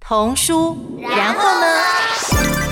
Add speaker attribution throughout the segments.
Speaker 1: 童书，然后呢？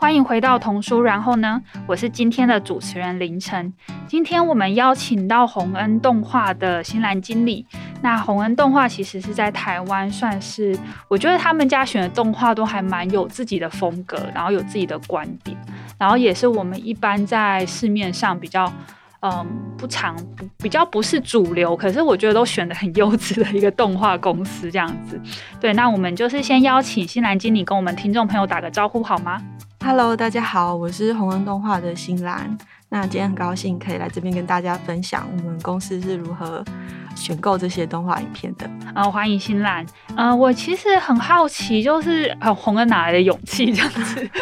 Speaker 2: 欢迎回到童书，然后呢？我是今天的主持人凌晨。今天我们邀请到洪恩动画的新兰经理。那洪恩动画其实是在台湾算是，我觉得他们家选的动画都还蛮有自己的风格，然后有自己的观点，然后也是我们一般在市面上比较。嗯，不常比较不是主流，可是我觉得都选的很优质的一个动画公司这样子。对，那我们就是先邀请新兰经理跟我们听众朋友打个招呼好吗
Speaker 3: ？Hello，大家好，我是红恩动画的新兰。那今天很高兴可以来这边跟大家分享我们公司是如何选购这些动画影片的。
Speaker 2: 呃，欢迎新兰。呃，我其实很好奇，就是呃，洪恩哪来的勇气这样子？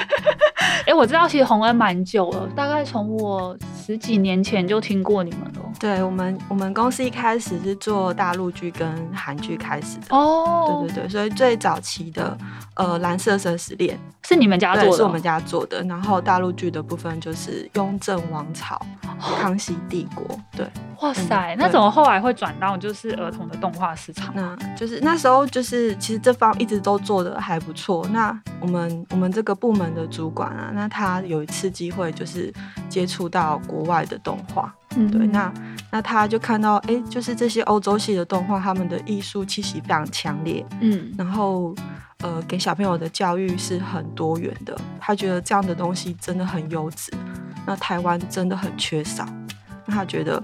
Speaker 2: 哎欸，我知道其实洪恩蛮久了，大概从我十几年前就听过你们了。
Speaker 3: 对我们，我们公司一开始是做大陆剧跟韩剧开始的。
Speaker 2: 哦，
Speaker 3: 对对对，所以最早期的呃《蓝色生死恋》
Speaker 2: 是你们家做的、哦，
Speaker 3: 是我们家做的。然后大陆剧的部分就是雍正王朝、康熙帝国，对。
Speaker 2: 哇塞，嗯、那怎么后来会转到就是儿童的动画市场？
Speaker 3: 那就是那时候就是其实这方一直都做的还不错。那我们我们这个部门的主管啊，那他有一次机会就是接触到国外的动画，嗯，对，那那他就看到哎、欸，就是这些欧洲系的动画，他们的艺术气息非常强烈，
Speaker 2: 嗯，
Speaker 3: 然后。呃，给小朋友的教育是很多元的，他觉得这样的东西真的很优质，那台湾真的很缺少，那他觉得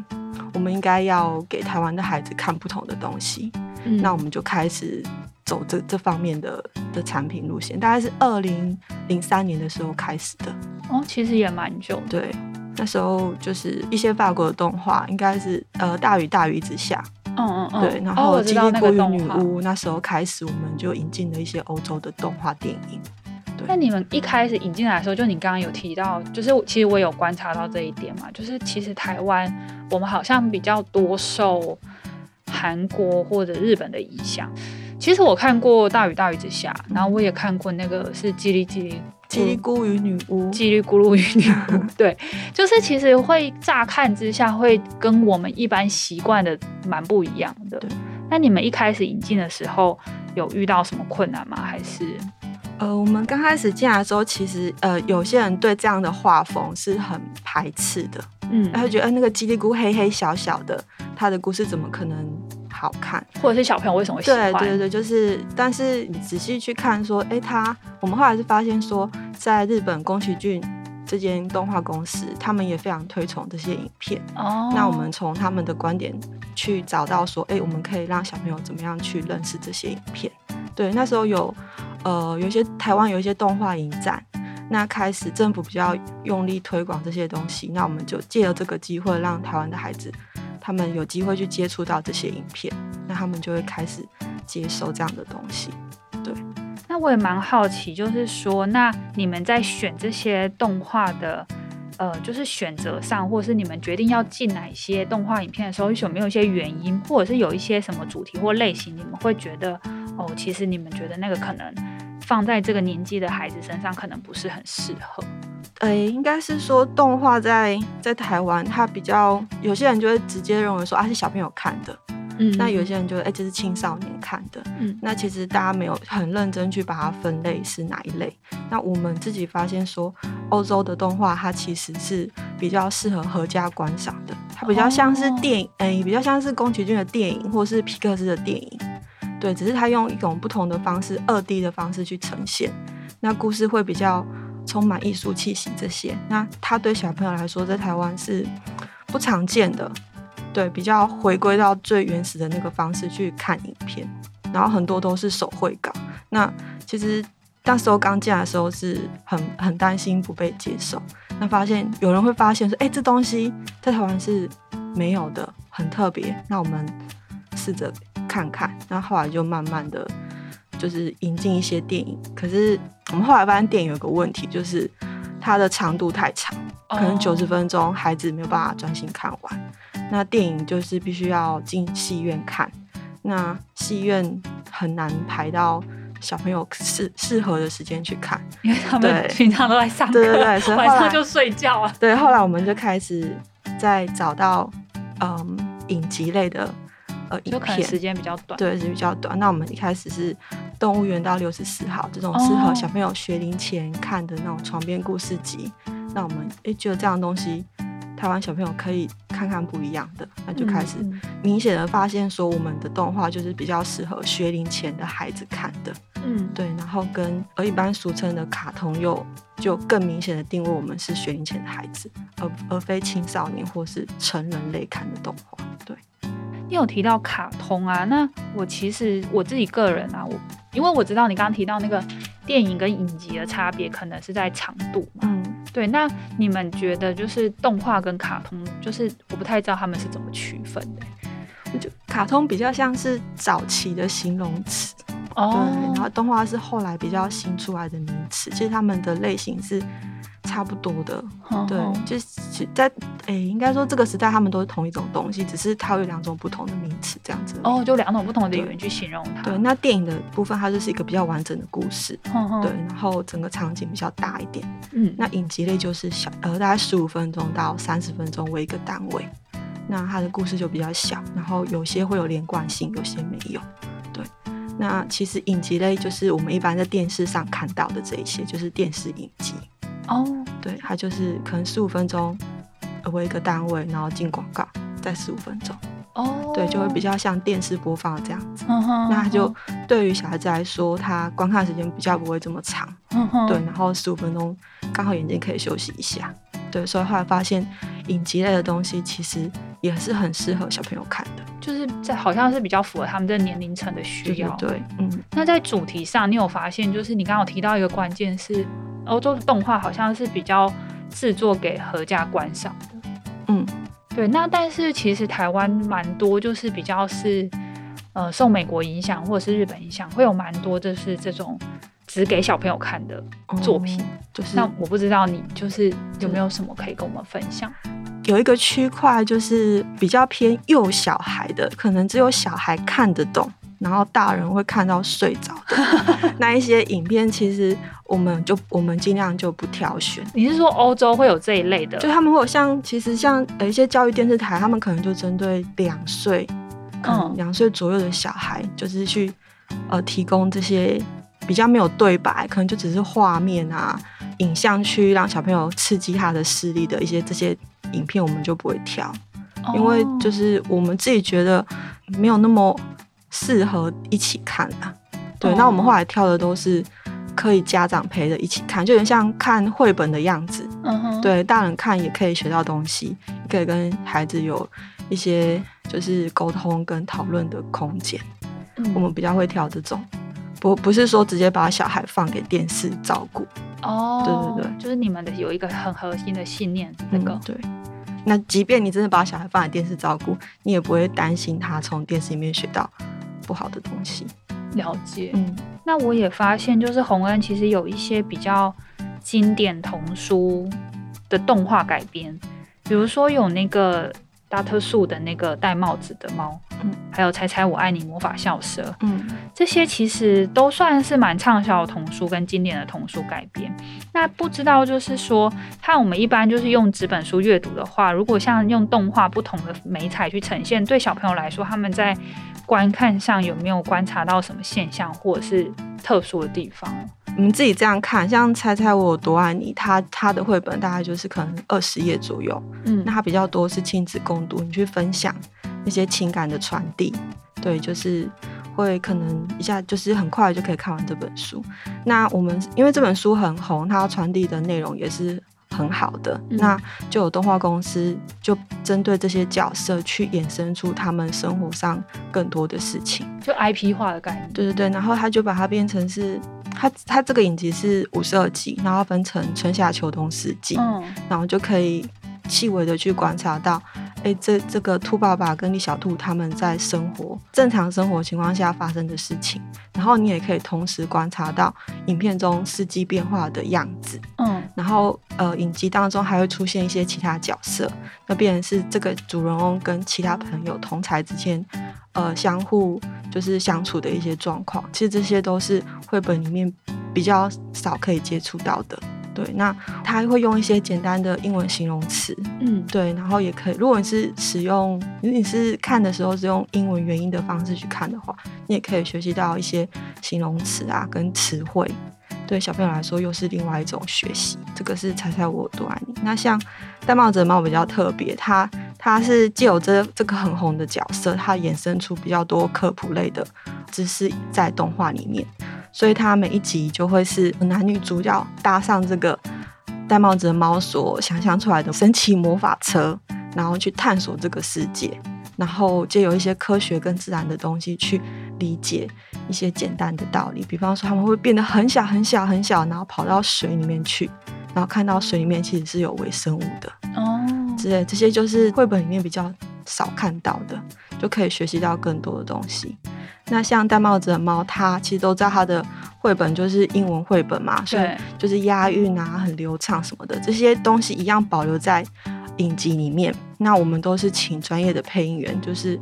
Speaker 3: 我们应该要给台湾的孩子看不同的东西，嗯、那我们就开始走这这方面的的产品路线，大概是二零零三年的时候开始的，
Speaker 2: 哦，其实也蛮久，
Speaker 3: 对，那时候就是一些法国的动画，应该是呃《大雨大雨之下》。
Speaker 2: 嗯嗯嗯，
Speaker 3: 对，然后经历过《女巫》那时候开始，我们就引进了一些欧洲的动画电影。对，
Speaker 2: 那你们一开始引进来的时候，就你刚刚有提到，就是其实我有观察到这一点嘛，就是其实台湾我们好像比较多受韩国或者日本的影响。其实我看过《大雨大雨之下》，然后我也看过那个是《叽里叽里》。
Speaker 3: 叽里咕与女巫，
Speaker 2: 叽里咕噜与女 巫，对，就是其实会乍看之下会跟我们一般习惯的蛮不一样的。那你们一开始引进的时候有遇到什么困难吗？还是？
Speaker 3: 呃，我们刚开始进来的时候，其实呃，有些人对这样的画风是很排斥的，
Speaker 2: 嗯，
Speaker 3: 他会觉得、呃、那个叽里咕黑黑小小的，他的故事怎么可能？好看，
Speaker 2: 或者是小朋友为什么会喜欢？
Speaker 3: 对对对，就是，但是你仔细去看，说，哎、欸，他，我们后来是发现说，在日本宫崎骏这间动画公司，他们也非常推崇这些影片。
Speaker 2: 哦，
Speaker 3: 那我们从他们的观点去找到说，哎、欸，我们可以让小朋友怎么样去认识这些影片？对，那时候有，呃，有一些台湾有一些动画影展。那开始政府比较用力推广这些东西，那我们就借了这个机会，让台湾的孩子他们有机会去接触到这些影片，那他们就会开始接受这样的东西。对，
Speaker 2: 那我也蛮好奇，就是说，那你们在选这些动画的，呃，就是选择上，或者是你们决定要进哪一些动画影片的时候，有没有一些原因，或者是有一些什么主题或类型，你们会觉得，哦，其实你们觉得那个可能。放在这个年纪的孩子身上，可能不是很适合。
Speaker 3: 诶、欸，应该是说动画在在台湾，它比较有些人就会直接认为说啊是小朋友看的，
Speaker 2: 嗯，
Speaker 3: 那有些人就哎、欸、这是青少年看的，
Speaker 2: 嗯，
Speaker 3: 那其实大家没有很认真去把它分类是哪一类。那我们自己发现说，欧洲的动画它其实是比较适合合家观赏的，它比较像是电影，诶、哦欸，比较像是宫崎骏的电影或是皮克斯的电影。对，只是他用一种不同的方式，二 D 的方式去呈现，那故事会比较充满艺术气息。这些，那他对小朋友来说，在台湾是不常见的。对，比较回归到最原始的那个方式去看影片，然后很多都是手绘稿。那其实那时候刚进来的时候是很很担心不被接受，那发现有人会发现说，哎、欸，这东西在台湾是没有的，很特别。那我们试着。看看，那后来就慢慢的，就是引进一些电影。可是我们后来发现电影有个问题，就是它的长度太长，
Speaker 2: 哦
Speaker 3: 可能九十分钟，孩子没有办法专心看完。那电影就是必须要进戏院看，那戏院很难排到小朋友适适合的时间去看。
Speaker 2: 因为他们
Speaker 3: 对
Speaker 2: 平常都在上课，
Speaker 3: 对对对所以后
Speaker 2: 晚
Speaker 3: 来
Speaker 2: 上就睡觉啊。
Speaker 3: 对，后来我们就开始在找到嗯影集类的呃影
Speaker 2: 就可能
Speaker 3: 片
Speaker 2: 时，间比较短，
Speaker 3: 对，是比较短。那我们一开始是动物园到六十四号这种适
Speaker 2: 哦
Speaker 3: 合小朋友学龄前看的那种床边故事集。那我们诶觉得这样的东西，台湾小朋友可以看看不一样的，那就开始
Speaker 2: 嗯
Speaker 3: 明显的发现说，我们的动画就是比较适合学龄前的孩子看的。
Speaker 2: 嗯，
Speaker 3: 对，然后跟呃而一般俗称的卡通又就更明显的定位我们是学龄前的孩子，而而非青少年或是成人类看的动画。对，
Speaker 2: 你有提到卡通啊，那我其实我自己个人啊，我因为我知道你刚刚提到那个电影跟影集的差别，可能是在长度嘛。
Speaker 3: 嗯，
Speaker 2: 对，那你们觉得就是动画跟卡通，就是我不太知道他们是怎么区分的
Speaker 3: 就卡通比较像是早期的形容词，对，
Speaker 2: 哦
Speaker 3: 然后动画是后来比较新出来的名词，其实它们的类型是差不多的。
Speaker 2: 然
Speaker 3: 对，就是其在诶、应该说这个时代他们都是同一种东西，只是它有两种不同的名词这样子。
Speaker 2: 哦，，就两种不同的语言去形容它。
Speaker 3: 对，那电影的部分它就是一个比较完整的故事。
Speaker 2: 哼哼
Speaker 3: 对，然后整个场景比较大一点。
Speaker 2: 嗯，
Speaker 3: 那影集类就是小，呃，大概十五分钟到三十分钟为一个单位。那它的故事就比较小，然后有些会有连贯性，有些没有。对，那其实影集类就是我们一般在电视上看到的这一些，就是电视影集。
Speaker 2: 哦，
Speaker 3: 对，它就是可能十五分钟呃为一个单位，然后进广告，再十五分钟。
Speaker 2: 哦，
Speaker 3: 对，就会比较像电视播放这样子。
Speaker 2: 哼哼，
Speaker 3: 那它就对于小孩子来说，他观看时间比较不会这么长。
Speaker 2: 哼哼
Speaker 3: 对，，然后十五分钟刚好眼睛可以休息一下。对，所以后来发现影集类的东西其实也是很适合小朋友看的。
Speaker 2: 就是在好像是比较符合他们这个年龄层的
Speaker 3: 对
Speaker 2: 需
Speaker 3: 对
Speaker 2: 要。
Speaker 3: 对，嗯，
Speaker 2: 那在主题上，你有发现，就是你刚刚有提到一个关键是，欧洲的动画好像是比较制作给合家观赏的。
Speaker 3: 嗯，
Speaker 2: 对。那但是其实台湾蛮多，就是比较是呃受美国影响或者是日本影响，会有蛮多就是这种只给小朋友看的作品。
Speaker 3: 嗯就是
Speaker 2: 那我不知道你就是有没有什么可以跟我们分享？
Speaker 3: 有一个区块就是比较偏幼小孩的，可能只有小孩看得懂，然后大人会看到睡着 的那一些影片，其实我们就我们尽量就不挑选。
Speaker 2: 你是说欧洲会有这一类的？
Speaker 3: 就他们会有像，其实像呃一些教育电视台，他们可能就针对两岁，可
Speaker 2: 嗯
Speaker 3: 能两岁左右的小孩，就是去呃提供这些比较没有对白，可能就只是画面啊、影像去让小朋友刺激他的视力的一些这些影片，我们就不会挑，
Speaker 2: 哦
Speaker 3: 因为就是是我们自己觉得没有那么适合一起看啊。对，
Speaker 2: 哦
Speaker 3: 那我们后来挑的都是可以家长陪着一起看，就有点像看绘本的样子。
Speaker 2: 嗯哼，
Speaker 3: 对，大人看也可以学到东西，也可以跟孩子有一些就是沟通跟讨论的空间。
Speaker 2: 嗯
Speaker 3: 我们比较会挑这种，不不是说直接把小孩放给电视照顾。
Speaker 2: 哦，
Speaker 3: 对对对，
Speaker 2: 就是你们的有一个很核心的信念是这
Speaker 3: 嗯
Speaker 2: 个。
Speaker 3: 对。那即便你真的把小孩放在电视照顾，你也不会担心他从电视里面学到不好的东西。
Speaker 2: 了解。
Speaker 3: 嗯，
Speaker 2: 那我也发现，就是洪恩其实有一些比较经典童书的动画改编，比如说有那个达特树的那个戴帽子的猫，
Speaker 3: 嗯
Speaker 2: 还有猜猜我爱你魔法校舍，
Speaker 3: 嗯，
Speaker 2: 这些其实都算是蛮畅销的童书跟经典的童书改编。那不知道就是说，看我们一般就是用纸本书阅读的话，如果像用动画不同的媒材去呈现，对小朋友来说，他们在观看上有没有观察到什么现象或者是特殊的地方？
Speaker 3: 我们自己这样看，像猜猜我有多爱你，他他的绘本大概就是可能二十页左右。
Speaker 2: 嗯
Speaker 3: 那它比较多是亲子共读，你去分享那些情感的传递，对，就是会可能一下就是很快就可以看完这本书。那我们因为这本书很红，它要传递的内容也是很好的，
Speaker 2: 嗯
Speaker 3: 那就有动画公司就针对这些角色去衍生出他们生活上更多的事情。
Speaker 2: 就 IP 化的概念。
Speaker 3: 对对对，然后他就把它变成是。它它这个影集是五十二集，然后分成春夏秋冬四季。
Speaker 2: 嗯，
Speaker 3: 然后就可以细微的去观察到，哎，这这个兔爸爸跟李小兔他们在生活正常生活情况下发生的事情，然后你也可以同时观察到影片中四季变化的样子，
Speaker 2: 嗯
Speaker 3: 然后呃，影集当中还会出现一些其他角色，那变成是这个主人翁跟其他朋友同才之间，呃相互就是相处的一些状况，其实这些都是绘本里面比较少可以接触到的。对，那他会用一些简单的英文形容词，
Speaker 2: 嗯，
Speaker 3: 对，然后也可以，如果你是使用，如果你是看的时候是用英文原音的方式去看的话，你也可以学习到一些形容词啊跟词汇。对小朋友来说，又是另外一种学习。这个是猜猜我多爱你。那像戴帽子的猫比较特别，它它是借由这这个很红的角色，它衍生出比较多科普类的知识在动画里面，所以它每一集就会是男女主角搭上这个戴帽子的猫所想象出来的神奇魔法车，然后去探索这个世界，然后借由一些科学跟自然的东西去理解。一些简单的道理，比方说他们会变得很小很小很小，然后跑到水里面去，然后看到水里面其实是有微生物的
Speaker 2: 哦
Speaker 3: 之类，这些就是绘本里面比较少看到的，就可以学习到更多的东西。那像戴帽子的猫，它其实都知道它的绘本就是英文绘本嘛，所以就是押韵啊，很流畅什么的，这些东西一样保留在影集里面。那我们都是请专业的配音员，就是。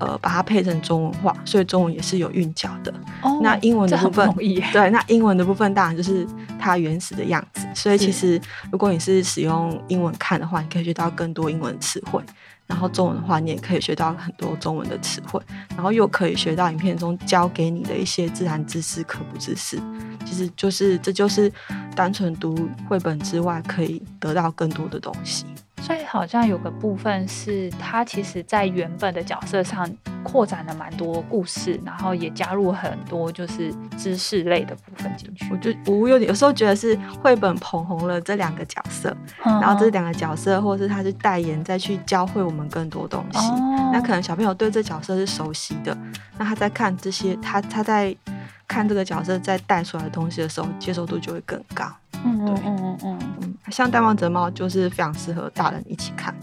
Speaker 3: 呃，把它配成中文化，所以中文也是有韵脚的。
Speaker 2: 哦，
Speaker 3: 那英文的部分，对，那英文的部分当然就是它原始的样子。所以其实如果你是使用英文看的话，你可以学到更多英文词汇；然后中文的话，你也可以学到很多中文的词汇，然后又可以学到影片中教给你的一些自然知识、科普知识。其实就是这就是单纯读绘本之外，可以得到更多的东西。
Speaker 2: 所以好像有个部分是，它其实在原本的角色上扩展了蛮多故事，然后也加入很多就是知识类的部分进去。
Speaker 3: 我就我有点有时候觉得是绘本捧红了这两个角色，嗯、然后这两个角色或者是他是代言再去教会我们更多东西。
Speaker 2: 哦、
Speaker 3: 那可能小朋友对这角色是熟悉的，那他在看这些，他他在看这个角色在带出来的东西的时候，接受度就会更高。
Speaker 2: 嗯嗯嗯嗯
Speaker 3: 嗯，像《戴望者猫》就是非常适合大人一起看，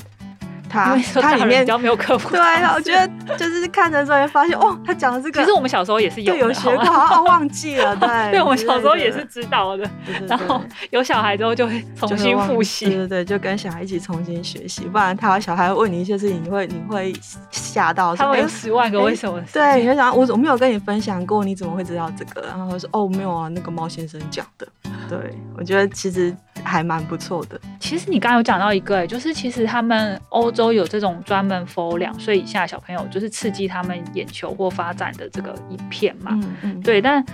Speaker 3: 它
Speaker 2: 它
Speaker 3: 里面
Speaker 2: 比较没有科普。
Speaker 3: 对，啊我觉得就是看的时候也发现，哦，他讲的这个，
Speaker 2: 其实我们小时候也是有
Speaker 3: 有学过，好像忘记了。对，
Speaker 2: 对我们小时候也是知道的，
Speaker 3: 对对对
Speaker 2: 然后有小孩之后就会重新复习。
Speaker 3: 对对对，就跟小孩一起重新学习，不然他小孩问你一些事情，你会你会吓到。
Speaker 2: 他们有十万个为什么、欸？
Speaker 3: 哎 对，你会想我我没有跟你分享过，你怎么会知道这个？然后说哦，没有啊，那个猫先生讲的。对，我觉得其实。还蛮不错的。
Speaker 2: 其实你刚刚有讲到一个、欸，就是其实他们欧洲有这种专门 for 两岁以下小朋友，就是刺激他们眼球或发展的这个影片嘛。
Speaker 3: 嗯嗯。
Speaker 2: 对，但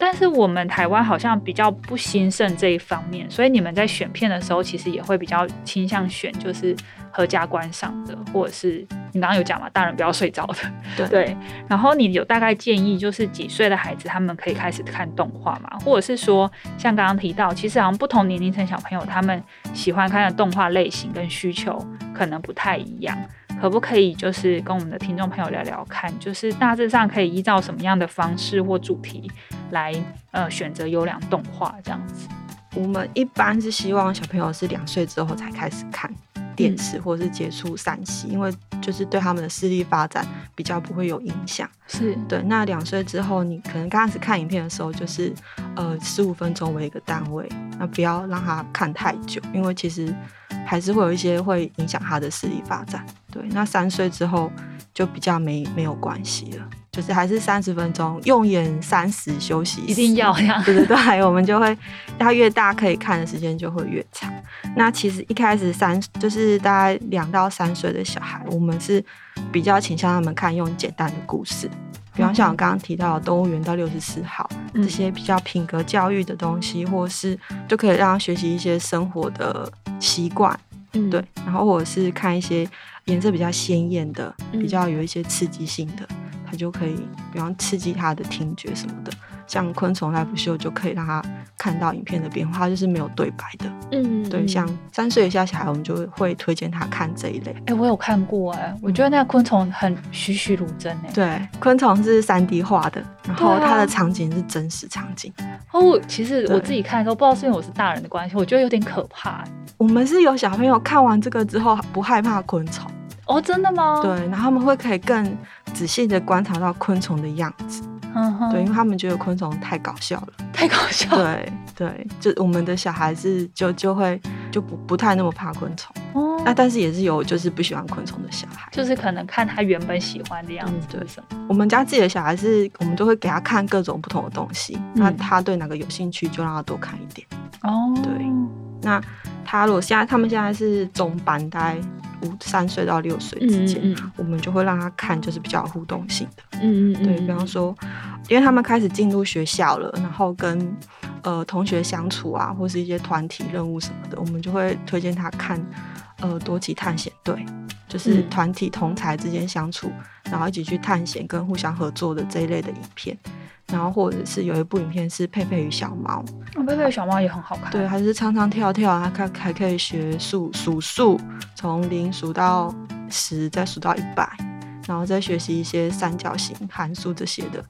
Speaker 2: 但是我们台湾好像比较不兴盛这一方面，所以你们在选片的时候，其实也会比较倾向选就是合家观赏的，或者是你刚刚有讲嘛，大人不要睡着的。
Speaker 3: 对。
Speaker 2: 对。然后你有大概建议，就是几岁的孩子他们可以开始看动画嘛？或者是说，像刚刚提到，其实好像不同年龄层。小朋友他们喜欢看的动画类型跟需求可能不太一样，可不可以就是跟我们的听众朋友聊聊看，就是大致上可以依照什么样的方式或主题来呃选择优良动画这样子？
Speaker 3: 我们一般是希望小朋友是两岁之后才开始看电视或是接触三 C，、嗯、因为就是对他们的视力发展比较不会有影响。
Speaker 2: 是
Speaker 3: 对，那两岁之后，你可能刚开始看影片的时候，就是呃十五分钟为一个单位，那不要让他看太久，因为其实还是会有一些会影响他的视力发展。对，那三岁之后就比较没没有关系了，就是还是三十分钟，用眼三十，休息
Speaker 2: 一定要呀。
Speaker 3: 对对对，我们就会他越大可以看的时间就会越长。那其实一开始三就是大概两到三岁的小孩，我们是比较倾向他们看用简单的故事。比方像我刚刚提到的动物园到六十四号这些比较品格教育的东西，或是就可以让他学习一些生活的习惯，
Speaker 2: 嗯，
Speaker 3: 对。然后或者是看一些颜色比较鲜艳的、比较有一些刺激性的，他就可以，比方刺激他的听觉什么的。像昆虫
Speaker 2: 嗯
Speaker 3: live show 就可以让他看到影片的变化，就是没有对白的。
Speaker 2: 嗯，
Speaker 3: 对，像三岁以下小孩，我们就会推荐他看这一类。
Speaker 2: 哎、欸，我有看过哎、欸，我觉得那昆虫很栩栩如生哎、欸。
Speaker 3: 对，昆虫是三 D 画的，然后它的场景是真实场景。
Speaker 2: 啊、哦，
Speaker 3: 嗯
Speaker 2: 其实我自己看的时候，不知道是因为我是大人的关系，我觉得有点可怕。
Speaker 3: 我们是有小朋友看完这个之后不害怕昆虫。
Speaker 2: 哦，真的吗？
Speaker 3: 对，然后他们会可以更仔细的观察到昆虫的样子。
Speaker 2: 嗯，
Speaker 3: 对，因为他们觉得昆虫太搞笑 了，
Speaker 2: 太搞笑
Speaker 3: 了。对对，就我们的小孩子就就会就不不太那么怕昆虫。
Speaker 2: 哦，
Speaker 3: 那但是也是有就是不喜欢昆虫的小孩。
Speaker 2: 就是可能看他原本喜欢的样
Speaker 3: 嗯
Speaker 2: 子
Speaker 3: 对
Speaker 2: 是什么，
Speaker 3: 我们家自己的小孩是，我们都会给他看各种不同的东西，那
Speaker 2: 嗯
Speaker 3: 他对哪个有兴趣就让他多看一点。
Speaker 2: 哦，
Speaker 3: 对那他如果现在他们现在是中班，大概五三岁到六岁之
Speaker 2: 嗯
Speaker 3: 间，
Speaker 2: 嗯
Speaker 3: 我们就会让他看就是比较有互动性的。
Speaker 2: 嗯嗯嗯，
Speaker 3: 对，比方说，因为他们开始进入学校了，然后跟呃同学相处啊，或是一些团体任务什么的，我们就会推荐他看呃多奇探险队，就是
Speaker 2: 嗯
Speaker 3: 团体同才之间相处，然后一起去探险跟互相合作的这一类的影片。然后或者是有一部影片是佩佩与小猫，
Speaker 2: 哦贝贝的小猫也很好看，
Speaker 3: 对，还是唱唱跳跳啊，还还可以学数数数，从零数到十，再数到一百，然后再学习一些三角形函数这些的。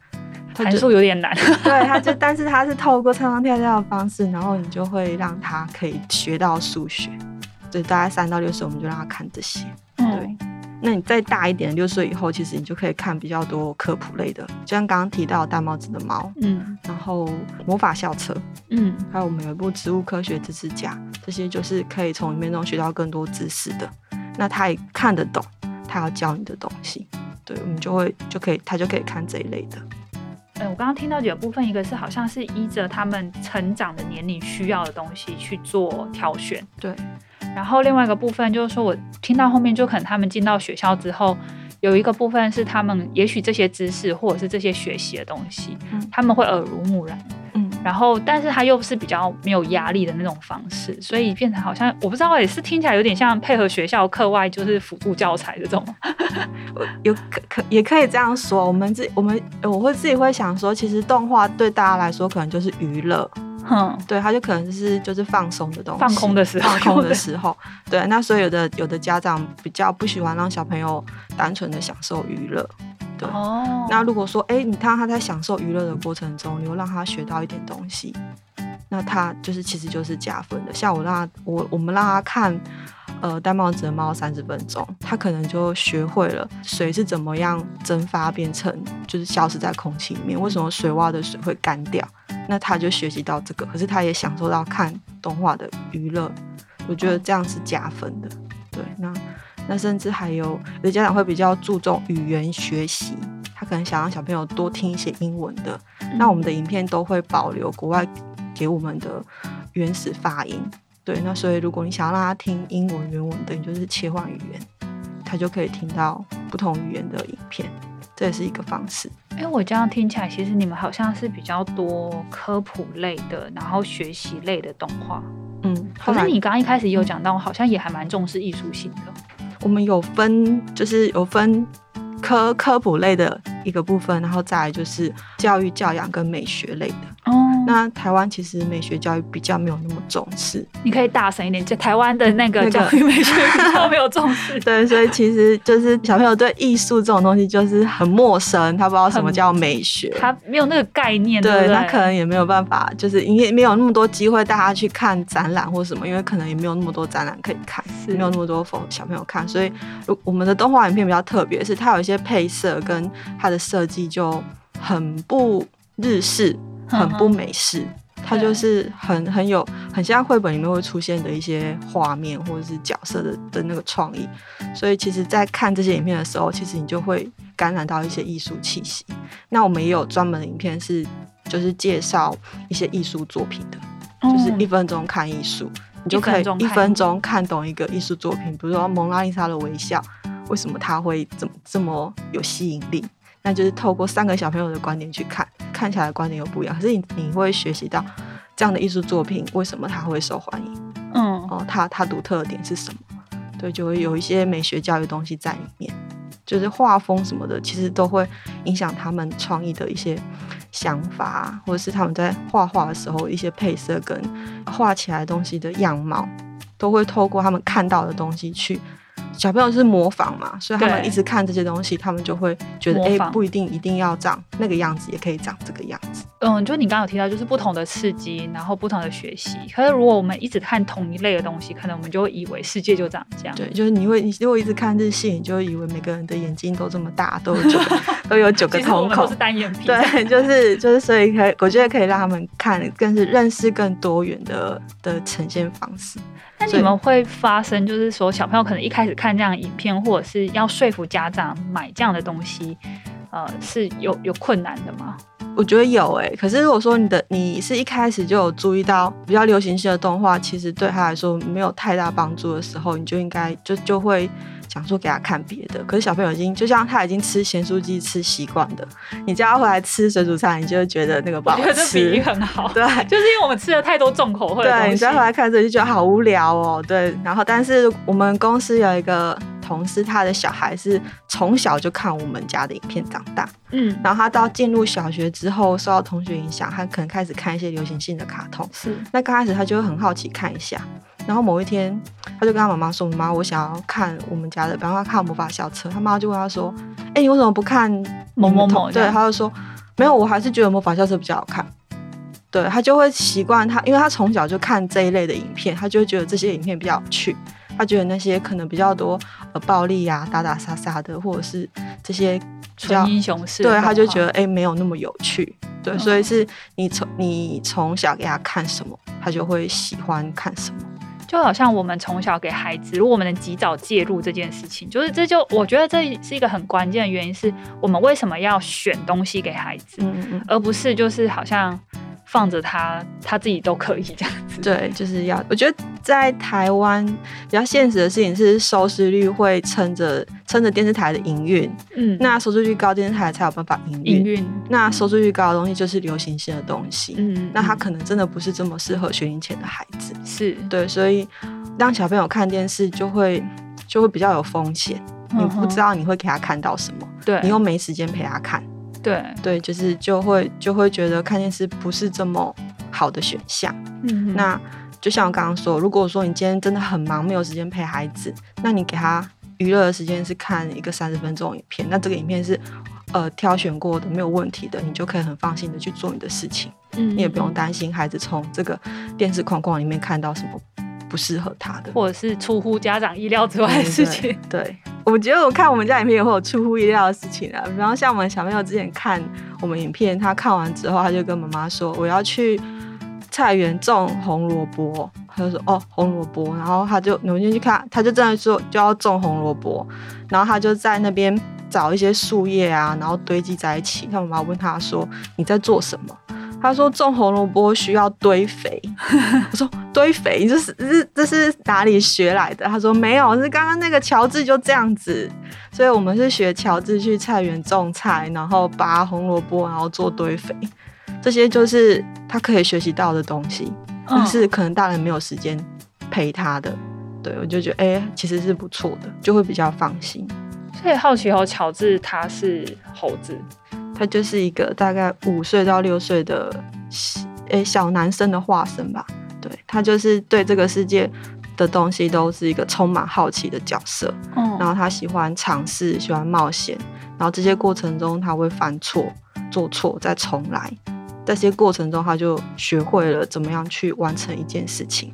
Speaker 3: 他
Speaker 2: 函
Speaker 3: 就
Speaker 2: 数有 点难，
Speaker 3: 对，他就但是他是透过唱唱跳跳的方式，然后你就会让他可以学到数学。对，大概三到六岁，我们就让他看这些。
Speaker 2: 嗯，
Speaker 3: 那你再大一点，六岁以后，其实你就可以看比较多科普类的，就像刚刚提到的《戴帽子的猫》，
Speaker 2: 嗯
Speaker 3: 然后魔法校车，
Speaker 2: 嗯
Speaker 3: 还有我们有一部《植物科学知识家》，这些就是可以从里面中学到更多知识的。那他也看得懂，他要教你的东西，对，我们就会就可以，他就可以看这一类的。
Speaker 2: 哎、我刚刚听到几个部分，一个是好像是依着他们成长的年龄需要的东西去做挑选，
Speaker 3: 对，
Speaker 2: 然后另外一个部分就是说我听到后面就可能他们进到学校之后，有一个部分是他们也许这些知识或者是这些学习的东西，
Speaker 3: 嗯
Speaker 2: 他们会耳濡目染，
Speaker 3: 嗯，
Speaker 2: 然后但是他又是比较没有压力的那种方式，所以变成好像我不知道也是听起来有点像配合学校课外就是辅助教材这种，
Speaker 3: 有可可也可以这样说。我们自我们我会自己会想说，其实动画对大家来说可能就是娱乐，
Speaker 2: 哼，
Speaker 3: 对，它就可能是就是放松的东西，
Speaker 2: 放空的时候
Speaker 3: 放空的时候，对。那所以有的有的家长比较不喜欢让小朋友单纯的享受娱乐，对。
Speaker 2: 哦
Speaker 3: 那如果说，哎、你看他在享受娱乐的过程中，你又让他学到一点东西，那他就是其实就是加分的。像我让他，我我们让他看，呃，戴帽子的猫三十分钟，他可能就学会了水是怎么样蒸发变成，就是消失在空气里面。为什么水洼的水会干掉？那他就学习到这个，可是他也享受到看动画的娱乐，我觉得这样是加分的。对，那那甚至还有有的家长会比较注重语言学习，他可能想让小朋友多听一些英文的，
Speaker 2: 嗯
Speaker 3: 那我们的影片都会保留国外给我们的原始发音。对，那所以如果你想要让他听英文原文的，你就是切换语言，他就可以听到不同语言的影片，这也是一个方式。
Speaker 2: 哎、我这样听起来，其实你们好像是比较多科普类的，然后学习类的动画。
Speaker 3: 嗯，后
Speaker 2: 可是
Speaker 3: 来
Speaker 2: 你刚刚一开始也有讲到，好像也还蛮重视艺术性的。
Speaker 3: 我们有分，就是有分科科普类的一个部分，然后再来就是教育教养跟美学类的。
Speaker 2: 哦
Speaker 3: 那台湾其实美学教育比较没有那么重视，
Speaker 2: 你可以大声一点，就台湾的那个
Speaker 3: 那个。
Speaker 2: 教育美学比较没有重视
Speaker 3: 对，所以其实就是小朋友对艺术这种东西就是很陌生，他不知道什么叫美学。
Speaker 2: 他没有那个概念，对不
Speaker 3: 对，
Speaker 2: 对？
Speaker 3: 那可能也没有办法，就是因为没有那么多机会带他去看展览或什么，因为可能也没有那么多展览可以看，
Speaker 2: 是
Speaker 3: 没有那么多小朋友看，所以如我们的动画影片比较特别，是它有一些配色跟它的设计就很不日式，
Speaker 2: 嗯
Speaker 3: 很不美式，它
Speaker 2: 对
Speaker 3: 就是很很有很像绘本里面会出现的一些画面或者是角色的的那个创意，所以其实，在看这些影片的时候，其实你就会感染到一些艺术气息。那我们也有专门的影片是，就是介绍一些艺术作品的，就是一
Speaker 2: 嗯
Speaker 3: 分钟看艺术，你就可以
Speaker 2: 一分钟看
Speaker 3: 一分钟看懂一个艺术作品，比如说《蒙娜丽莎的微笑》，为什么它会怎么这么有吸引力？那就是透过三个小朋友的观点去看，看起来的观点又不一样，可是你你会学习到这样的艺术作品为什么它会受欢迎，
Speaker 2: 嗯，
Speaker 3: 哦，它它独特的点是什么？对，就会有一些美学教育的东西在里面，就是画风什么的，其实都会影响他们创意的一些想法啊，或者是他们在画画的时候一些配色跟画起来的东西的样貌，都会透过他们看到的东西去小朋友是模仿嘛，所以他们
Speaker 2: 对
Speaker 3: 一直看这些东西，他们就会觉得，
Speaker 2: 模
Speaker 3: 哎、
Speaker 2: 仿
Speaker 3: 不一定一定要长那个样子，也可以长这个样子。
Speaker 2: 嗯，就你刚刚有提到，就是不同的刺激，然后不同的学习。可是如果我们一直看同一类的东西，可能我们就会以为世界就长这样。
Speaker 3: 对，就是你会，你如果一直看日系，你就会以为每个人的眼睛都这么大，都有九个都有九个
Speaker 2: 其实我
Speaker 3: 瞳
Speaker 2: 们都
Speaker 3: 孔
Speaker 2: 是。单眼皮。
Speaker 3: 对， 就是就是，所以可以，我觉得可以让他们看，更是认识更多元的的呈现方式。
Speaker 2: 那你
Speaker 3: 所以
Speaker 2: 们会发生，就是说小朋友可能一开始看这样的影片，或者是要说服家长买这样的东西，呃，是有有困难的吗？
Speaker 3: 我觉得有诶、可是如果说你的你是一开始就有注意到比较流行性的动画，其实对他来说没有太大帮助的时候，你就应该就就会想说给他看别的。可是小朋友已经就像他已经吃咸酥鸡吃习惯的，你叫他回来吃水煮菜，你就会觉得那个不
Speaker 2: 我
Speaker 3: 好
Speaker 2: 觉得这比
Speaker 3: 吃。
Speaker 2: 喻很好，
Speaker 3: 对，
Speaker 2: 就是因为我们吃了太多重口味的
Speaker 3: 对，
Speaker 2: 东
Speaker 3: 你
Speaker 2: 西嗯
Speaker 3: 再。回来看这就觉得好无聊哦。对，然后但是我们公司有一个同事，他的小孩是从小就看我们家的影片长大，
Speaker 2: 嗯，
Speaker 3: 然后他到进入小学之后，受到同学影响，他可能开始看一些流行性的卡通。
Speaker 2: 是
Speaker 3: 那刚开始他就会很好奇看一下，然后某一天他就跟他妈妈说：“妈妈，我想要看我们家的，比方说他看《魔法校车》。”他妈就问他说：“哎、你为什么不看
Speaker 2: 某某
Speaker 3: 你们同
Speaker 2: 某这
Speaker 3: 对，
Speaker 2: 样
Speaker 3: 他就说：“没有，我还是觉得《魔法校车》比较好看。”对他就会习惯他，因为他从小就看这一类的影片，他就会觉得这些影片比较有趣。他觉得那些可能比较多呃暴力呀、打打杀杀的，或者是这些比较
Speaker 2: 纯英雄式的动
Speaker 3: 对，
Speaker 2: 画，
Speaker 3: 他就觉得哎、诶没有那么有趣，对，
Speaker 2: 嗯
Speaker 3: 所以是你从你从小给他看什么，他就会喜欢看什么。
Speaker 2: 就好像我们从小给孩子，如果我们能及早介入这件事情，就是这就我觉得这是一个很关键的原因，是我们为什么要选东西给孩子，
Speaker 3: 嗯嗯
Speaker 2: 而不是就是好像放着他他自己都可以这样子。
Speaker 3: 嗯，对，就是要我觉得在台湾比较现实的事情是收视率会撑着撑着电视台的营运，
Speaker 2: 嗯，
Speaker 3: 那收视率高，电视台才有办法营
Speaker 2: 营
Speaker 3: 运。
Speaker 2: 运，
Speaker 3: 那收视率高的东西就是流行性的东西，
Speaker 2: 嗯，
Speaker 3: 那他
Speaker 2: 嗯
Speaker 3: 可能真的不是这么适合学龄前的孩子。
Speaker 2: 是
Speaker 3: 对，所以让小朋友看电视就会就会比较有风险，你不知
Speaker 2: 道，
Speaker 3: 道你会给他看到什么。
Speaker 2: 嗯对，
Speaker 3: 你又没时间陪他看，
Speaker 2: 对，
Speaker 3: 对，就是就会就会觉得看电视不是这么好的选项。
Speaker 2: 嗯，
Speaker 3: 那就像我刚刚说，如果说你今天真的很忙，没有时间陪孩子，那你给他娱乐的时间是看一个三十分钟影片，那这个影片是。呃，挑选过的没有问题的，你就可以很放心的去做你的事情，
Speaker 2: 嗯
Speaker 3: 你也不用，担心孩子从这个电视框框里面看到什么不适合他的。
Speaker 2: 或者是出乎家长意料之外的事情。
Speaker 3: 对， 我觉得我看我们家影片也会有出乎意料的事情啊，比方像我们小朋友之前看我们影片，他看完之后，他就跟妈妈说我要去菜园种红萝卜，他就说哦红萝卜，然后他就我们就去看，他就真的说就要种红萝卜，然后他就在那边找一些树叶啊，然后堆积在一起。他妈妈问他说你在做什么？他说种红萝卜需要堆肥，我说堆肥，你这是这是这是哪里学来的？他说没有，是刚刚那个乔治就这样子，所以我们是学乔治去菜园种菜，然后拔红萝卜，然后做堆肥，这些就是他可以学习到的东西，
Speaker 2: 嗯
Speaker 3: 但是可能大人没有时间陪他的。对，我就觉得哎、其实是不错的，就会比较放心。
Speaker 2: 所以好奇哦，乔治他是猴子，
Speaker 3: 他就是一个大概五岁到六岁的诶、小男生的化身吧。对他就是对这个世界的东西都是一个充满好奇的角色，
Speaker 2: 嗯
Speaker 3: 然后他喜欢尝试，喜欢冒险，然后这些过程中他会犯错、做错再重来，在这些过程中他就学会了怎么样去完成一件事情。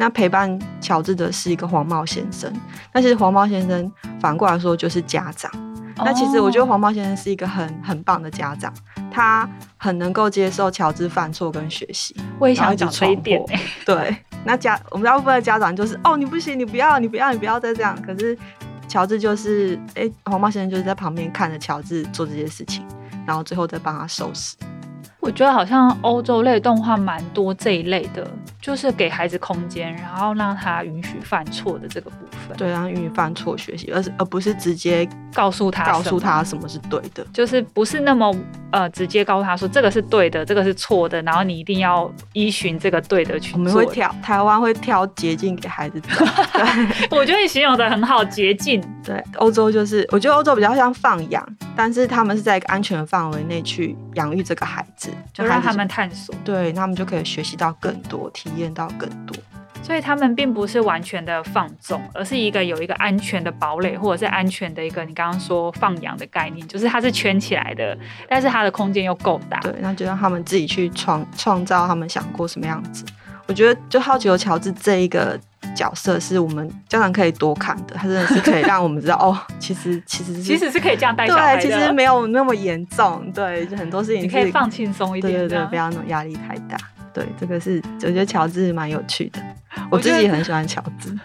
Speaker 3: 那陪伴乔治的是一个黄帽先生，但是黄帽先生反过来说就是家长。那其实我
Speaker 2: 哦
Speaker 3: 觉得黄毛先生是一个很很棒的家长，他很能够接受乔治犯错跟学习。
Speaker 2: 我也
Speaker 3: 然后
Speaker 2: 想
Speaker 3: 一直
Speaker 2: 讲这一
Speaker 3: 闯
Speaker 2: 点
Speaker 3: 祸
Speaker 2: 欸、
Speaker 3: 对，那家我们大部分的家长就是哦，你不行，你不要，你不要，你不要再这样。可是乔治就是，哎、黄毛先生就是在旁边看着乔治做这些事情，然后最后再帮他收拾。
Speaker 2: 我觉得好像欧洲类动画蛮多这一类的，就是给孩子空间，然后让他允许犯错的这个部分，
Speaker 3: 对，让孕育犯错学习，而是而不是直接
Speaker 2: 告诉他，
Speaker 3: 告诉。他什么是对的。
Speaker 2: 就是不是那么呃直接告诉他说这个是对的，这个是错的，然后你一定要依循这个对的去
Speaker 3: 我
Speaker 2: 做。
Speaker 3: 们会挑台湾会挑捷径给孩子走。对。
Speaker 2: 我觉得你形容的很好，捷径。
Speaker 3: 对，欧洲就是，我觉得欧洲比较像放养，但是他们是在一个安全的范围内去养育这个孩子，
Speaker 2: 就
Speaker 3: 孩
Speaker 2: 让
Speaker 3: 子
Speaker 2: 他们探索。
Speaker 3: 对，那他们就可以学习到更多，体验到更多。
Speaker 2: 所以他们并不是完全的放纵，而是一个有一个安全的堡垒，或者是安全的一个你刚刚说放养的概念，就是它是圈起来的，但是它的空间又够大。
Speaker 3: 对，那就让他们自己去创创造他们想过什么样子。我觉得就好奇有乔治这一个角色，是我们家长可以多看的，他真的是可以让我们知道 哦，其实其实是
Speaker 2: 其实是可以这样带小孩
Speaker 3: 对，
Speaker 2: 的，
Speaker 3: 其实没有那么严重，对，就很多事情
Speaker 2: 你可以
Speaker 3: 是
Speaker 2: 放轻松一
Speaker 3: 对对
Speaker 2: 点，这
Speaker 3: 对，
Speaker 2: 样嗯
Speaker 3: 不要那种压力太大。对，这个是我觉得乔治蛮有趣的，我
Speaker 2: 我觉
Speaker 3: 自
Speaker 2: 得
Speaker 3: 己也很喜欢乔 治。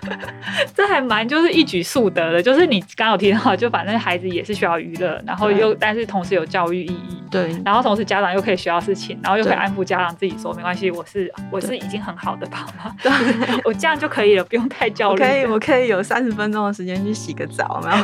Speaker 2: 这还蛮就是一举数得的，就是你刚刚有提到，就反正孩子也是需要娱乐，然后
Speaker 3: 对
Speaker 2: 又但是同时有教育意义。
Speaker 3: 对
Speaker 2: 然后同时家长又可以学到事情，然后又可以
Speaker 3: 对
Speaker 2: 安抚家长自己说没关系，我是我是
Speaker 3: 对
Speaker 2: 已经很好的爸妈，
Speaker 3: 对，
Speaker 2: 我这样就可以了，不用太焦
Speaker 3: 我
Speaker 2: 虑。
Speaker 3: 可以我可以有三十分钟的时间去洗个澡，有 没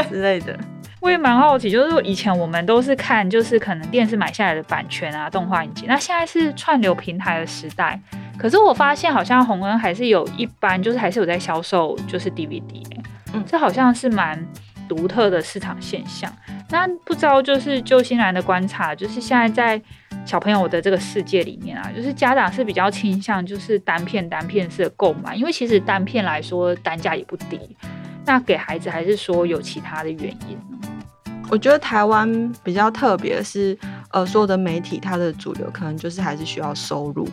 Speaker 3: 有之类的。
Speaker 2: 我也蛮好奇，就是以前我们都是看就是可能电视买下来的版权啊，动画影集，那现在是串流平台的时代，可是我发现好像洪恩还是有一般就是还是有在销售就是 DVD，、欸、
Speaker 3: 嗯
Speaker 2: 这好像是蛮独特的市场现象。那不知道就是就欣然的观察，就是现在在小朋友的这个世界里面啊，就是家长是比较倾向就是单片单片式的购买，因为其实单片来说单价也不低。那给孩子还是说有其他的原因呢？
Speaker 3: 我觉得台湾比较特别的是，呃，所有的媒体它的主流可能就是还是需要收入。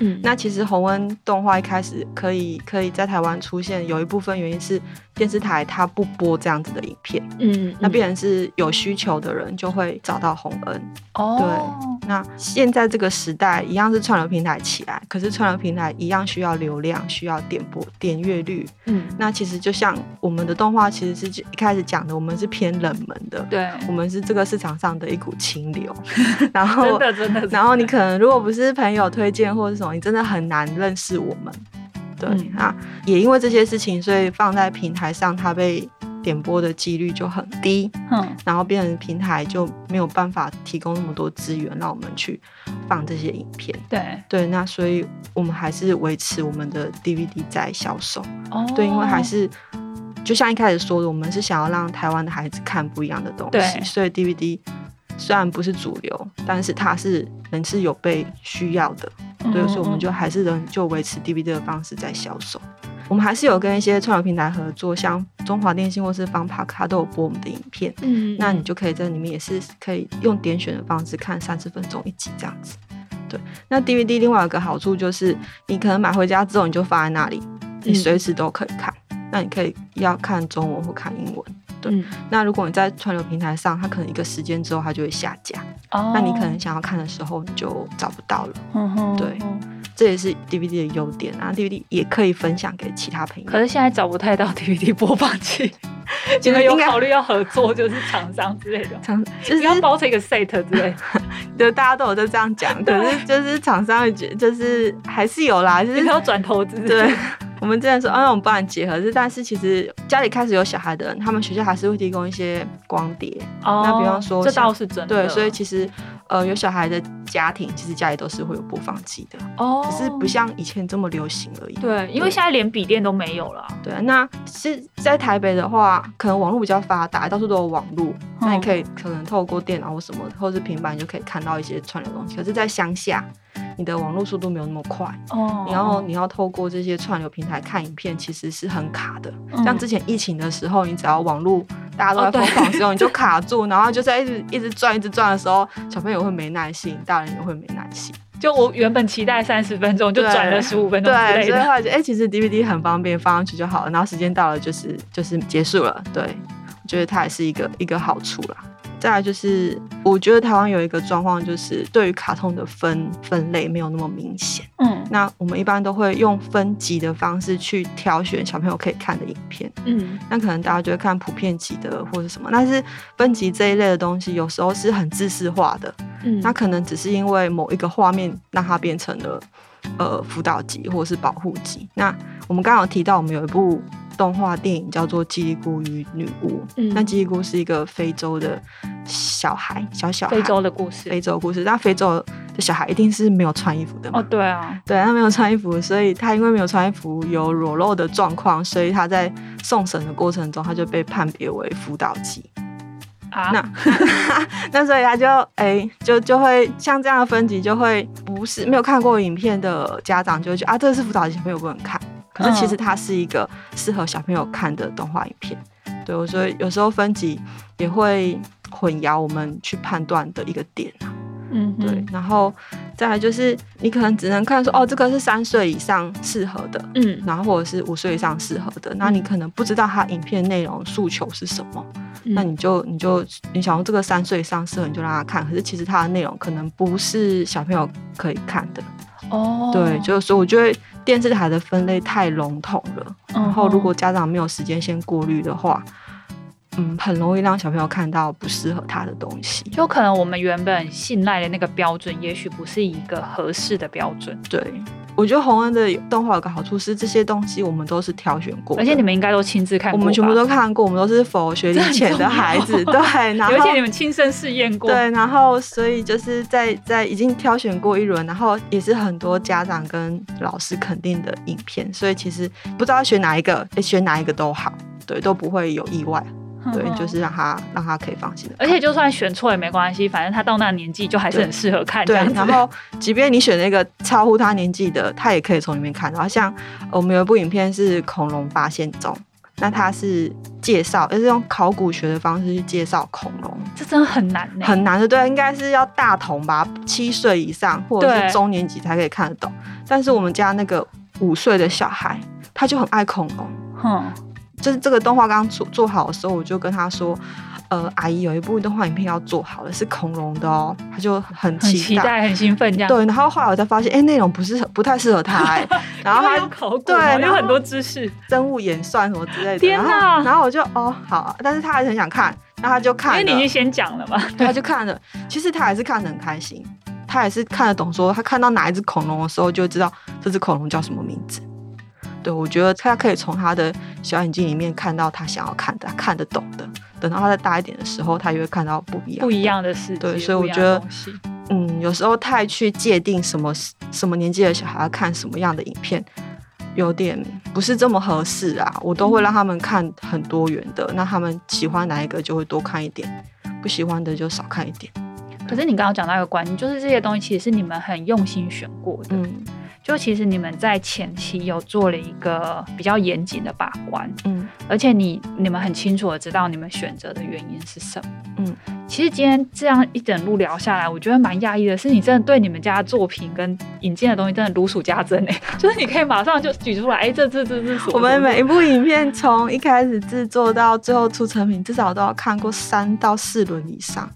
Speaker 2: 嗯
Speaker 3: 那其实洪恩动画一开始可以可以在台湾出现，有一部分原因是电视台它不播这样子的影片，
Speaker 2: 嗯
Speaker 3: 那必然是有需求的人就会找到洪恩。
Speaker 2: 哦，
Speaker 3: 那现在这个时代一样是串流平台起来，可是串流平台一样需要流量，需要点播点阅率。
Speaker 2: 对，嗯，
Speaker 3: 那其实就像我们的动画，其实是一开始讲的，我们是偏冷门的，
Speaker 2: 对，
Speaker 3: 我们是这个市场上的一股清 流。然
Speaker 2: 真
Speaker 3: 后，
Speaker 2: 的真的，
Speaker 3: 然后你可能如果不是朋友推荐或者什么，你真的很难认识我们。对，
Speaker 2: 嗯
Speaker 3: 那也因为这些事情，所以放在平台上，它被点播的几率就很低。
Speaker 2: 嗯
Speaker 3: 然后变成平台就没有办法提供那么多资源让我们去放这些影片。
Speaker 2: 对，
Speaker 3: 对，那所以我们还是维持我们的 DVD 在销售。
Speaker 2: 哦，
Speaker 3: 对，因为还是就像一开始说的，我们是想要让台湾的孩子看不一样的东
Speaker 2: 对
Speaker 3: 西，所以 DVD 虽然不是主流，但是它是人是有被需要的。
Speaker 2: 嗯，
Speaker 3: 对，所以我们
Speaker 2: 嗯
Speaker 3: 就还是仍就维持 DVD 的方式在销售。我们还是有跟一些串流平台合作，像中华电信或是方 Park，它都有播我们的影片。
Speaker 2: 嗯，
Speaker 3: 那你就可以在里面也是可以用点选的方式看三十分钟一集这样子。对，那 DVD 另外有个好处就是，你可能买回家之后你就放在那里，你
Speaker 2: 嗯
Speaker 3: 随时都可以看。那你可以要看中文或看英文。对
Speaker 2: 嗯，
Speaker 3: 那如果你在串流平台上，它可能一个时间之后它就会下架，
Speaker 2: 哦，
Speaker 3: 那你可能想要看的时候你就找不到了。
Speaker 2: 嗯哼，
Speaker 3: 对
Speaker 2: 嗯。
Speaker 3: 这也是 DVD 的优点啊，DVD 也可以分享给其他朋友。
Speaker 2: 可是现在找不太到 DVD 播放 器，你们有
Speaker 3: 应该
Speaker 2: 考虑要合作，就是厂商之类的，
Speaker 3: 厂 就是
Speaker 2: 你要包成一个 set 之类的，
Speaker 3: 就大家都有在这样讲，可是就是厂商会觉就是还是有 啦，就
Speaker 2: 你
Speaker 3: 是
Speaker 2: 们要转投资，
Speaker 3: 对， 我们之前说，啊，那我们不然结合，是但是其实家里开始有小孩的人，他们学校还是会提供一些光碟，
Speaker 2: 哦，
Speaker 3: 那比方说
Speaker 2: 这
Speaker 3: 像
Speaker 2: 倒是真的，
Speaker 3: 对，所以其实呃有小孩的家庭，其实家里都是会有播放机的，
Speaker 2: 哦，
Speaker 3: 只是不像以前这么流行而已。
Speaker 2: 对，因为现在连笔电都没有了，
Speaker 3: 对，那是在台北的话，可能网络比较发达，到处都有网络，那
Speaker 2: 嗯
Speaker 3: 你可以可能透过电脑或什么，或是平板，你就可以看到一些串流东西。可是，在乡下，你的网络速度没有那么快，
Speaker 2: 哦，
Speaker 3: 你要你要透过这些串流平台看影片，其实是很卡的。
Speaker 2: 嗯
Speaker 3: 像之前疫情的时候，你只要网络大家
Speaker 2: 哦
Speaker 3: 都在
Speaker 2: 对
Speaker 3: 疯狂使用， 你就卡住，然后就在一直一直转一直转的时候，小朋友会没耐心，大人也会没耐心。
Speaker 2: 就我原本期待三十分钟，就
Speaker 3: 对
Speaker 2: 转了十五分钟之
Speaker 3: 对，
Speaker 2: 类
Speaker 3: 所以
Speaker 2: 的。
Speaker 3: 后来就哎、其实 DVD 很方便，放上去就好了。然后时间到了，就是就是结束了。对，我觉得它也是一个一个好处啦。再来就是，我觉得台湾有一个状况，就是对于卡通的分分类没有那么明显。
Speaker 2: 嗯
Speaker 3: 那我们一般都会用分级的方式去挑选小朋友可以看的影片。
Speaker 2: 嗯，
Speaker 3: 那可能大家就会看普遍级的或者什么，但是分级这一类的东西，有时候是很自式化的。
Speaker 2: 嗯
Speaker 3: 那可能只是因为某一个画面让它变成了呃辅导级或者是保护级。那我们刚刚有提到，我们有一部动画电影叫做《叽里咕与女巫》，
Speaker 2: 嗯
Speaker 3: 那叽里咕是一个非洲的小孩，小小孩
Speaker 2: 非洲的故事
Speaker 3: 非。洲故事，但非洲的小孩一定是没有穿衣服的嘛。
Speaker 2: 哦，对啊，
Speaker 3: 对，他没有穿衣服，所以他因为没有穿衣服有裸露的状况，所以他在送审的过程中，他就被判别为辅导级。
Speaker 2: 啊，
Speaker 3: 那那所以他就哎、就就会像这样的分级，就会不是没有看过影片的家长就会觉得啊，这个是辅导级小朋友不能看。可是其实它是一个适合小朋友看的动画影片。对，我所以有时候分级也会混淆我们去判断的一个点啊。
Speaker 2: 嗯哼，
Speaker 3: 对，然后再来就是你可能只能看说哦，这个是三岁以上适合的，
Speaker 2: 嗯
Speaker 3: 然后或者是五岁以上适合的，那你可能不知道它影片内容诉求是什么。
Speaker 2: 嗯，
Speaker 3: 那你就你就你想用这个三岁以上适合，你就让他看。可是其实它的内容可能不是小朋友可以看的，
Speaker 2: 哦，
Speaker 3: 对，就是说我觉得电视台的分类太笼统了。
Speaker 2: 嗯
Speaker 3: 然后如果
Speaker 2: 哼
Speaker 3: 家长没有时间先过滤的话，嗯，很容易让小朋友看到不适合他的东西。
Speaker 2: 就可能我们原本信赖的那个标准，也许不是一个合适的标准，
Speaker 3: 对，我觉得洪恩的动画有个好处是，这些东西我们都是挑选过的，
Speaker 2: 而且你们应该都亲自看
Speaker 3: 我
Speaker 2: 过吧，
Speaker 3: 们全部都看过，我们都是否学龄前的孩子，
Speaker 2: 这很
Speaker 3: 对，然
Speaker 2: 重
Speaker 3: 后
Speaker 2: 而且你们亲身试验过，
Speaker 3: 对，然后所以就是在在已经挑选过一轮，然后也是很多家长跟老师肯定的影片，所以其实不知道选哪一个，诶选哪一个都好，对，都不会有意外，
Speaker 2: 嗯哼
Speaker 3: 对，
Speaker 2: 哼
Speaker 3: 就是让他让他可以放心的。
Speaker 2: 而且就算选错也没关系，反正他到那年纪就还是很适合看这
Speaker 3: 对
Speaker 2: 样，子。
Speaker 3: 然后即便你选了一个超乎他年纪的，他也可以从里面看到。像我们有一部影片是《恐龙发现中》，那它是介绍，就是用考古学的方式去介绍恐龙。
Speaker 2: 这真的很难呢、
Speaker 3: 很难的，对，应该是要大童吧，七岁以上或者
Speaker 2: 对
Speaker 3: 是中年级才可以看得懂。但是我们家那个五岁的小孩，他就很爱恐龙。
Speaker 2: 哼，
Speaker 3: 就是这个动画刚做做好的时候，我就跟他说：“呃，阿姨有一部动画影片要做好了，是恐龙的哦。”他就很
Speaker 2: 很
Speaker 3: 期待。
Speaker 2: 期待，很兴奋这样。，
Speaker 3: 对，然后后来我才发现，哎、内容不是不太适合他、 哎，然后他
Speaker 2: 有考古，
Speaker 3: 对然
Speaker 2: 有
Speaker 3: 后
Speaker 2: 很多知识，
Speaker 3: 生物演算什么之类的。
Speaker 2: 天
Speaker 3: 然后
Speaker 2: 哪
Speaker 3: 然后我就哦好啊，但是他还是很想看，那他就
Speaker 2: 因
Speaker 3: 看了。
Speaker 2: 为你已经先讲了嘛。
Speaker 3: 他就看了，其实他还是看得很开心，他也是看得懂说，他看到哪一只恐龙的时候，就会知道这只恐龙叫什么名字。对，我觉得他可以从他的小眼睛里面看到他想要看的、他看得懂的。等到他再大一点的时候，他就会看到不一样。
Speaker 2: 不一。样的世界，
Speaker 3: 对所以我
Speaker 2: 不一样的
Speaker 3: 觉得
Speaker 2: 东西
Speaker 3: 嗯，有时候太去界定什么什么年纪的小孩要看什么样的影片，有点不是这么合适啊。我都会让他们看很多元的，那他们喜欢哪一个就会多看一点，不喜欢的就少看一点。
Speaker 2: 可是你刚刚讲到一个观念，就是这些东西其实是你们很用心选过的，
Speaker 3: 嗯
Speaker 2: 就其实你们在前期有做了一个比较严谨的把关，
Speaker 3: 嗯。
Speaker 2: 而且你你们很清楚的知道你们选择的原因是什么。
Speaker 3: 嗯，
Speaker 2: 其实今天这样一整路聊下来，我觉得蛮讶异的是，你真的对你们家的作品跟引进的东西真的如数家珍哎、就是你可以马上就举出来，哎、这这这这什么
Speaker 3: 我们每一部影片从一开始制作到最后出成品，至少都要看过三到四轮以上。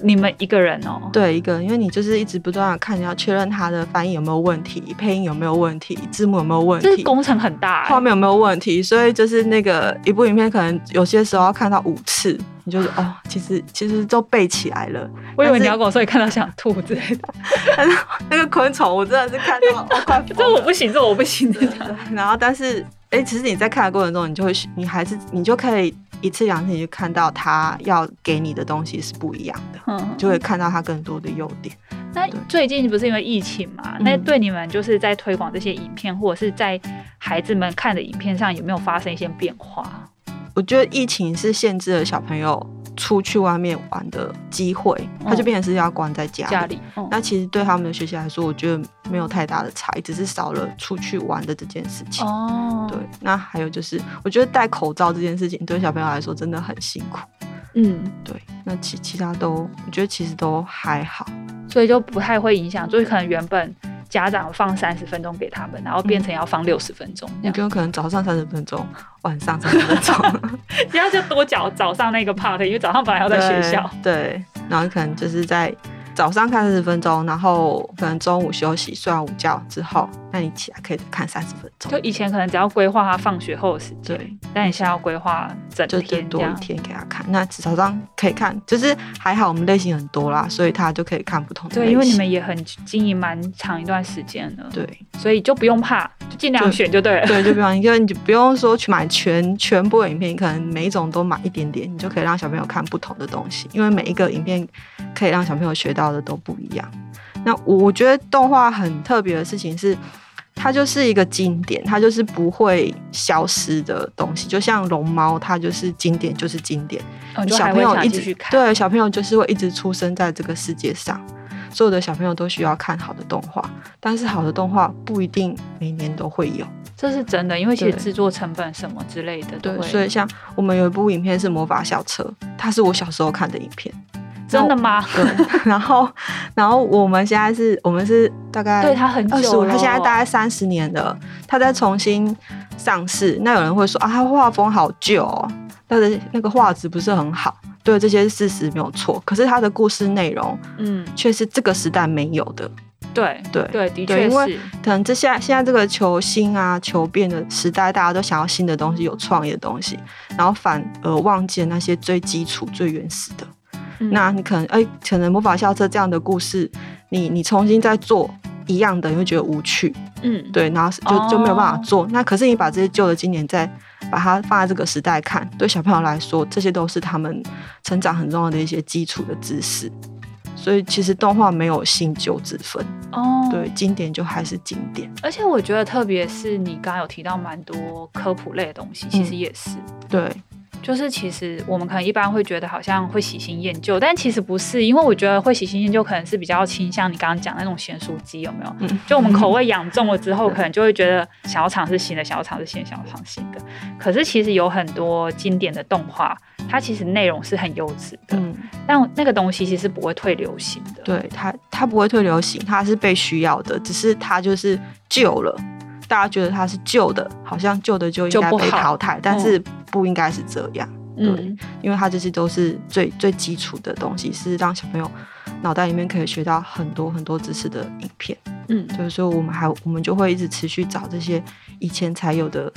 Speaker 2: 你们一个人哦、
Speaker 3: 对，一个，因为你就是一直不断的看，你要确认它的翻译有没有问题，配音有没有问题，字幕有没有问
Speaker 2: 这
Speaker 3: 题，
Speaker 2: 工程很大、欸，
Speaker 3: 画面有没有问题。所以就是那个一部影片，可能有些时候要看到五次，你就是哦，其实其实都背起来了。
Speaker 2: 我以为
Speaker 3: 但是
Speaker 2: 你要跟我说你看到想吐之类的，
Speaker 3: 但是那个昆虫，我真的是看到哦，快疯
Speaker 2: 这我
Speaker 3: 了
Speaker 2: 不行，这我不行的。
Speaker 3: 对然后，但是，哎、其实你在看的过程中，你就会，你还是，你就可以一次两次，你就看到他要给你的东西是不一样的，
Speaker 2: 嗯，
Speaker 3: 就会看到他更多的优点。
Speaker 2: 那
Speaker 3: 对
Speaker 2: 最近不是因为疫情嘛？
Speaker 3: 嗯
Speaker 2: 那对你们就是在推广这些影片，或者是在孩子们看的影片上，有没有发生一些变化？
Speaker 3: 我觉得疫情是限制了小朋友出去外面玩的机会，他就变成是要关在嗯家里。
Speaker 2: 家里，嗯
Speaker 3: 那其实对他们的学习来说，我觉得没有太大的差异，只是少了出去玩的这件事情。
Speaker 2: 哦，
Speaker 3: 对，，那还有就是，我觉得戴口罩这件事情对小朋友来说真的很辛苦。
Speaker 2: 嗯，
Speaker 3: 对，那其其他都，我觉得其实都还好。
Speaker 2: 所以就不太会影响，就是可能原本家长放三十分钟给他们，然后变成要放六十分钟这
Speaker 3: 你
Speaker 2: 样，
Speaker 3: 给我可能早上三十分钟，晚上三十分 钟，
Speaker 2: 然后就多缴早上那个 part，因为早上本来要在学校，
Speaker 3: 对，对然后可能就是在早上看三十分钟，然后可能中午休息睡完午觉之后，那你起来可以再看三十分钟
Speaker 2: 就，以前可能只要规划他放学后的时间，
Speaker 3: 对，
Speaker 2: 但你现在要规划整
Speaker 3: 就再
Speaker 2: 天这
Speaker 3: 多一
Speaker 2: 样。
Speaker 3: 天给他看。那早上可以看，就是还好我们类型很多啦，所以他就可以看不同的类
Speaker 2: 对，
Speaker 3: 型。
Speaker 2: 因为你们也很经营蛮长一段时间了，
Speaker 3: 对
Speaker 2: 所以就不用怕，就尽量
Speaker 3: 对
Speaker 2: 选就对了。
Speaker 3: 对，就比方一个，你就不用说去买全全部的影片，你可能每一种都买一点点，你就可以让小朋友看不同的东西，因为每一个影片可以让小朋友学到的都不一样。那我我觉得动画很特别的事情是，它就是一个经典，它就是不会消失的东西。就像龙猫，它就是经典，就是经典。
Speaker 2: 哦你就
Speaker 3: 小
Speaker 2: 还
Speaker 3: 朋
Speaker 2: 会
Speaker 3: 友
Speaker 2: 想
Speaker 3: 一
Speaker 2: 继续
Speaker 3: 直
Speaker 2: 看，
Speaker 3: 对小朋友就是会一直出生在这个世界上，所有的小朋友都需要看好的动画，但是好的动画不一定每年都会有。
Speaker 2: 这是真的，因为其实
Speaker 3: 对
Speaker 2: 制作成本什么之类的都
Speaker 3: 对，
Speaker 2: 会。
Speaker 3: 所以像我们有一部影片是《魔法校车》，它是我小时候看的影片。
Speaker 2: 真的吗？
Speaker 3: 对， 然后然后我们现在是我们是大概
Speaker 2: 对它很
Speaker 3: 哎二十
Speaker 2: 久
Speaker 3: 五，
Speaker 2: 了，
Speaker 3: 它现在大概三十年了，它再重新上市，那有人会说啊，它画风好旧、哦，它的那个画质不是很好。对，这些是事实没有错，可是它的故事内容
Speaker 2: 嗯，
Speaker 3: 却是这个时代没有的。
Speaker 2: 对
Speaker 3: 对
Speaker 2: 对，
Speaker 3: 对
Speaker 2: 的确
Speaker 3: 因为
Speaker 2: 是，
Speaker 3: 可能这现在现在这个求新啊、求变的时代，大家都想要新的东西、有创意的东西，然后反而忘记了那些最基础、最原始的。
Speaker 2: 嗯
Speaker 3: 那你可能哎、可能魔法校车这样的故事，你你重新再做一样的，你会觉得无趣，
Speaker 2: 嗯，
Speaker 3: 对，然后是就就没有办法做。那可是你把这些旧的经典再把它放在这个时代看，对小朋友来说，这些都是他们成长很重要的一些基础的知识。所以其实动画没有新旧之分，
Speaker 2: 哦，
Speaker 3: 对，经典就还是经典。
Speaker 2: 而且我觉得，特别是你刚刚有提到蛮多科普类的东
Speaker 3: 嗯
Speaker 2: 西，其实也是，
Speaker 3: 对，
Speaker 2: 就是其实我们可能一般会觉得好像会喜新厌旧，但其实不是，因为我觉得会喜新厌旧可能是比较倾向你刚刚讲那种咸酥鸡，有没有？
Speaker 3: 嗯，
Speaker 2: 就我们口味养重了之后，可能就会觉得想要尝试新的，想要尝试新的，想要尝试新的。可是其实有很多经典的动画，它其实内容是很优质的，
Speaker 3: 嗯，
Speaker 2: 但那个东西其实不会退流行的。
Speaker 3: 对它它不会退流行，它是被需要的，只是它就是旧了，大家觉得它是旧的，好像旧的就应
Speaker 2: 就
Speaker 3: 该
Speaker 2: 不
Speaker 3: 被
Speaker 2: 好
Speaker 3: 淘汰，但是不应该是这样，
Speaker 2: 嗯，
Speaker 3: 因为它这些都是最最基础的东西，是让小朋友脑袋里面可以学到很多很多知识的影片。
Speaker 2: 嗯，
Speaker 3: 对，所以我们还我们就会一直持续找这些以前才有的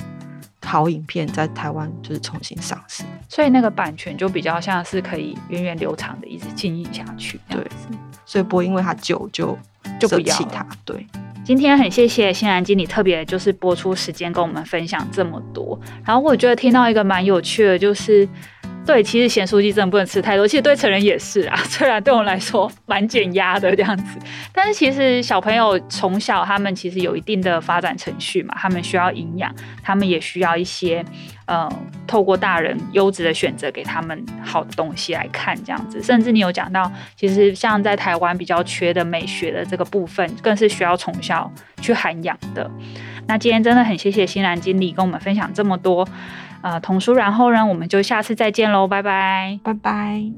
Speaker 3: 好影片，在台湾就是重新上市。
Speaker 2: 所以那个版权就比较像是可以源远流长的一直经营下去。这样子，
Speaker 3: 所以不会因为它旧就
Speaker 2: 就不
Speaker 3: 舍
Speaker 2: 要
Speaker 3: 弃
Speaker 2: 了
Speaker 3: 它，对，
Speaker 2: 今天很谢谢欣然经理特别就是播出时间跟我们分享这么多。然后我觉得听到一个蛮有趣的，就是对，其实咸酥鸡真的不能吃太多，其实对成人也是啊。虽然对我们来说蛮减压的这样子，但是其实小朋友从小他们其实有一定的发展程序嘛，他们需要营养，他们也需要一些呃，透过大人优质的选择给他们好的东西来看，这样子。甚至你有讲到，其实像在台湾比较缺的美学的这个部分，更是需要从小去涵养的。那今天真的很谢谢欣然经理跟我们分享这么多，呃，童书。然后呢，我们就下次再见喽，拜拜。
Speaker 3: 拜拜。